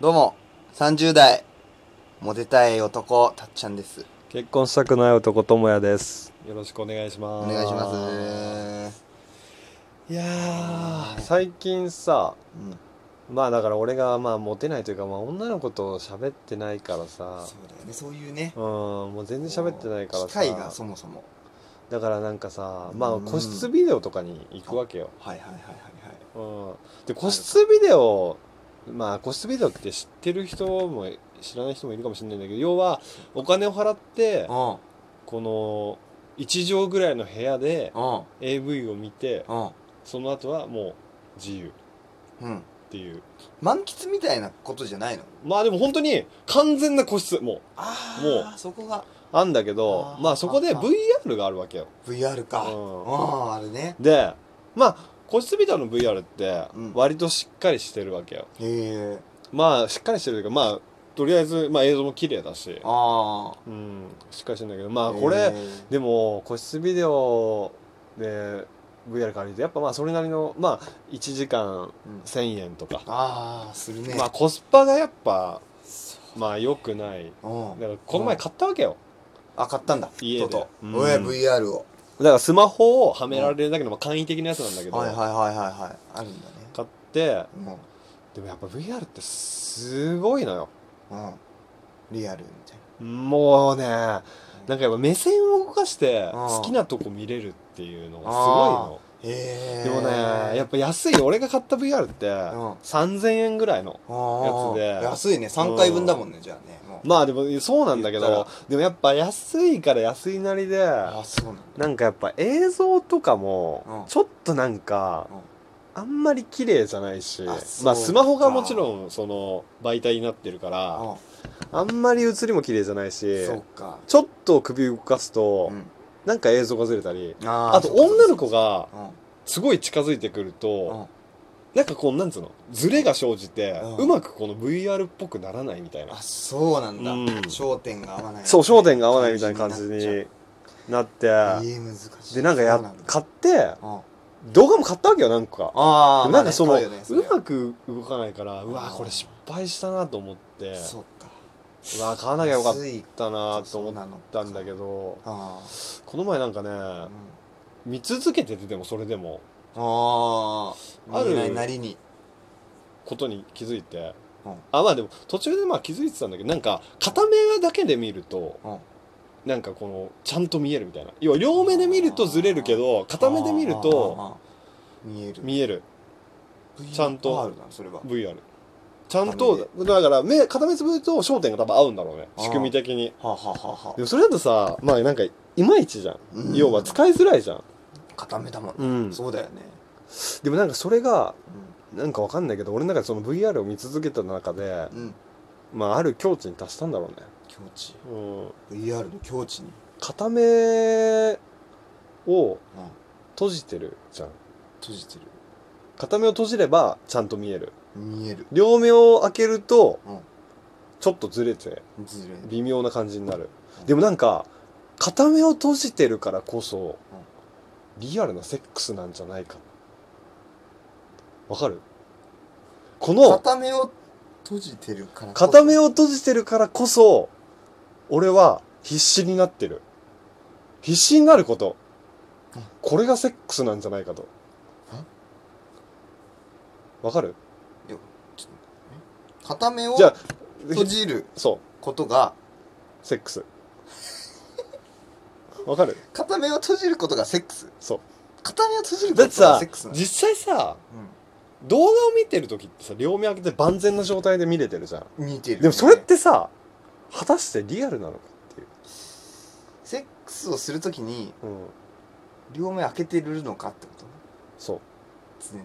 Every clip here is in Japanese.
どうも、30代、モテたい男、たっちゃんです。結婚したくない男ともやですよろしくお願いしおます願いします。すいやー最近さうん、まあだから俺がまあモテないというか、まあ、女の子と喋ってないからさそうだよね、そういうねうん、もう全然喋ってないから機さ会がそもそも。だからなんかさうんまあ個室ビデオとかに行くわけよ、はいはいはいはいはい。うん、で個室ビデオまあ個室ビデオって知ってる人も知らない人もいるかもしれないんだけど要はお金を払ってうこの1畳ぐらいの部屋でん、 AV を見てうん、その後はもう自由っうん。うん。ていう満喫みたいなことじゃないのまあでも本当に完全な個室もあーもう、そこが。うあんだけどあーまあそこであ VR があるわけよ VR か。うんああ、あれね。でまあ個室ビデオの VR ってうん割としっかりしてるわけよ、へえ。まあしっかりしてるというかまあとりあえず、まあ、映像も綺麗だしああ。うんしっかりしてるんだけどまあへーこれ、でも個室ビデオで VR 借りてやっぱまあそれなりのまあ1時間うん1000円とか、ああ、するね。まあコスパがやっぱまあ良くないうんだ。からこの前買ったわけよ、あ、買ったんだ。家とでうとう。うんおや VR を。だからスマホをはめられるだけの、まあ、簡易的なやつなんだけど、はいはいはいはいはい。あるんだね。買ってうん。でもやっぱ VR ってすごいのようん、リアルみたいもうねなんかやっぱ目線を動かしてうん好きなとこ見れるっていうのがすごなへえいのでもねやっぱ安い俺が買った VR ってん3000円ぐらいのぱやつ安でいね3回分だもんね、じゃあねもうまあでもそうなんだけ言っどでもやっぱ安いから安いなりであそうなんだなんかやっぱ映像とかもうんちょっとなんかうんあんまり綺麗じゃないしあそうまあスマホがもちろんその媒体になってるからああんまり映りも綺麗じゃないしそうか、ちょっと首動かすとうんなんか映像がずれたりあーあとそうか女の子がうんすごい近づいてくるうとんなんかこうなんつうのズレが生じてうんうまくこの VR っぽくならないみたいなあそうなんだ、うん焦点が合わないそう焦点が合わないみたいな感じになってええ難しいでなんそかうやだ買ってうん動画も買ったわけよなんかああなんかその、まあね買うよねそうれまく動かないからうわあーこれ失敗したなと思ってそうかうわ買わなきゃよかっ安いたなと思っ思ったんだけどあこの前なんかあ、うねん見続けててでもそれでもあああるないなりにことに気づいて、うんあまあでも途中でまあ気づいてたんだけどなんか片目だけで見ると、うんなんかこのちゃんと見えるみたいな要は両目で見るとずれるけど片目で見るあとーあーあー見える見えるちゃんと VR なのそれは VR ちゃん片とだから目片目つぶると焦点が多分合うんだろうねあー仕組み的にはあ、はあはあはでもそれだとさまあなんかいまいちじゃん、うん要は使いづらいじゃん、固めだもん、うんそうだよね、でもなんかそれがなんかわかんないけど俺の中でその VR を見続けた中でう、ん、うん、まあある境地に達したんだろうね境地うん VR の境地に、片目うをん、閉じてるじゃん閉じてる片目を閉じればちゃんと見える見える両目を開けるとうんちょっとずれてずれ微妙な感じになるうんでもなんか片目を閉じてるからこそリアルなセックスなんじゃないかわかるこの片目を閉じてるから片目をを閉じてるからこそ俺は必死になってる必死になることうんこれがセックスなんじゃないかとわかる片目をじゃあ閉じるそうことがセックスわかる片目を閉じることがセックスそう片目を閉じるこだってとがさセックスなんだ実際さ動画を見てる時ってさ両目開けて万全な状態で見れてるじゃんうん、似てる、ね、でもそれってさ果たしてリアルなのかっていう、セックスをするときにうん、両目開けてるのかってことそう常に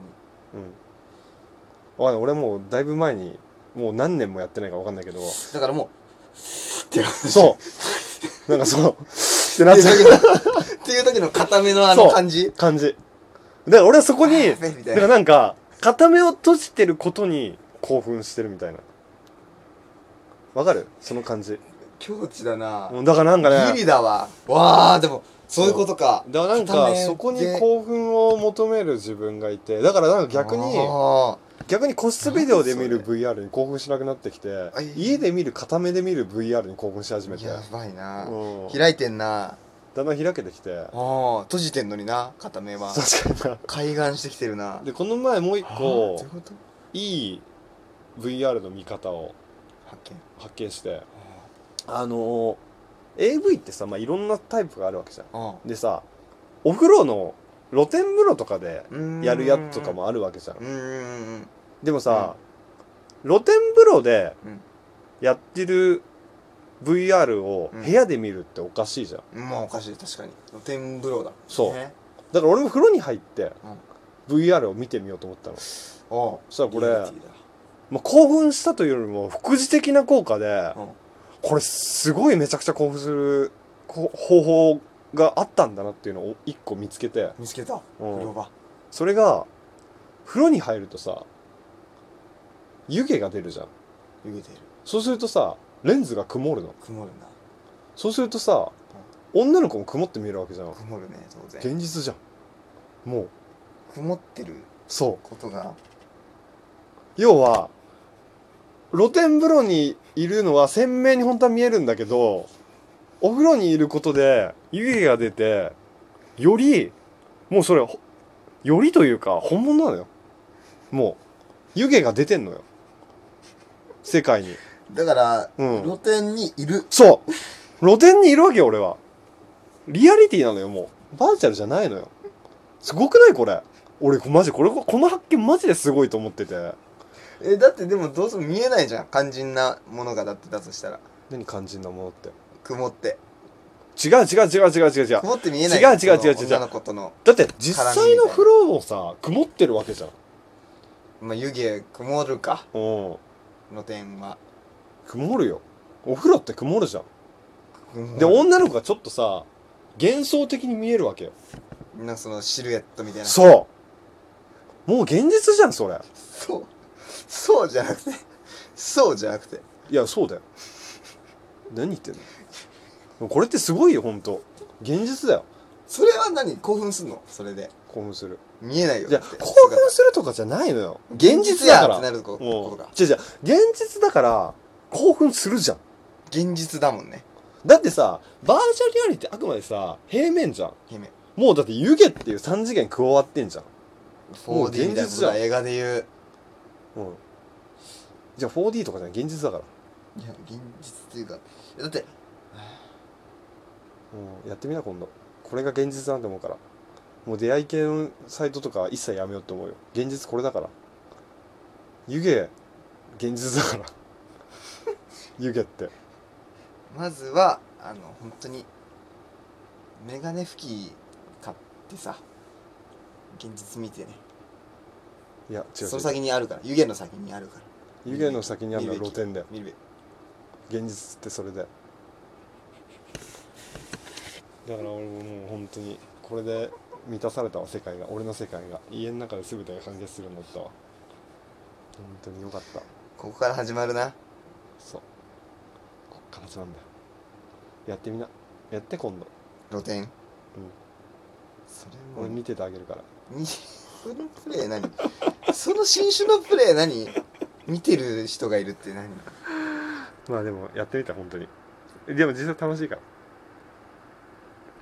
うんわかんない俺もうだいぶ前にもう何年もやってないかわかんないけ どだからもうってそうなんかその ってなっってちゃういうだけの、っていうだけの固めのあのそう感じ感じだから俺はそこにあーみただいなからなんか片目を閉じてることに興奮してるみたいなわかるその感じ境地だなうんだからなんかねギリだわわあでもそういうことか。だからなん片か目でそこに興奮を求める自分がいてだからなんか逆にあ逆に個室ビデオで見る何そ VR に興奮しなくなってきてあいい家で見る片目で見る VR に興奮し始めーてやばいな。うん開いてんな。だんだん開けてきてあー閉じてんのにな、片目は。確かに開眼してきてるなな。でこの前もう一あーど個ういうこといい VR の見方を発見。発見してああのー AV ってさ、まあ、いろんなタイプがあるわけじゃーあんでさお風呂の露天風呂とかでーうーんやるやつとか。もあるわけじゃんうーん。でもさ、露天風呂でうんやってる VR をうん部屋で見るっておかしいじゃん、まあおかしい、確かに。露天風呂だ。そうねだから俺も風呂に入って、VR を見てみようと思ったのそおうしたらこれ、リアリティだまあ、興奮したというよりも副次的な効果で、うんこれすごいめちゃくちゃ興奮するこ方法があったんだなっていうのを一個見つけて、見つけた。うん風呂場。それが風呂に入るとさ湯気が出るじゃん湯気てる。そうするとさレンズが曇るの曇るな。そうするとさ女の子も曇って見えるわけじゃん曇るね、当然。現実じゃんもう曇ってるそうことが。要は露天風呂にいるのは鮮明に本当は見えるんだけどお風呂にいることで湯気が出てよりもうそれほよりというか本物なのよもう湯気が出てんのよ世界にだから、うん露天にいる。そう露天にいるわけよ俺はリアリティなのよもうバーチャルじゃないのよすごくないこれ俺こマジこれこの発見マジですごいと思っててえ、だってでもどうせ見えないじゃん。肝心なものがだってだとしたら。何肝心なものって曇って。違う違う違う違う違う違う曇って見えない。違う違うその違う違う女の子との、だって実際の風呂もさ曇ってるわけじゃんまあ、湯気曇るか。うん露天は。曇るよお風呂って曇るじゃん、曇るで女の子がちょっとさ幻想的に見えるわけよなんかそのシルエットみたいな。そうもう現実じゃんそれそう。そうじゃなくて。そうじゃなくて。いやそうだよ何言ってんのこれってすごいよ本当現実だよそれは何興奮すんのそれで。興奮する見えないよ。いやだって興奮するとかじゃないのよ現実やってな現るこ実だからこうとんが。違う違う現実だから興奮するじゃん現実だもんね。だってさバーチャルリアリティあくまでさ平面じゃん姫。もうだって湯気っていう3次元加わってんじゃん、もう 4D みたいな現こ実とじゃんだ映画で言う。うん、じゃあ 4D とかじゃん現実だから、いや、現実っていうか。だって、うん、やってみな今度これが現実なんて思うからもう出会い系のサイトとか一切やめようって思うよ現実これだから湯気現実だから湯気ってまずは、あの、本当に、メガネ拭き買ってさ、現実見てね。いや違う違そのう先にあるから、湯気の先にあるから。湯気の先にあるのは見るべ露き天だよ見るべき現実ってそれでだから俺ももう本当にこれで満たされたわ世界が俺の世界が家の中で全てが完結するようになったわ本当によかったここから始まるな。そうこっから始まるんだよやってみなやって今度露天。うんそれ俺も、見ててあげるからに、そのプレイ何その新種のプレイ何見てる人がいるって何まあでもやってみた本当にでも実際楽しいから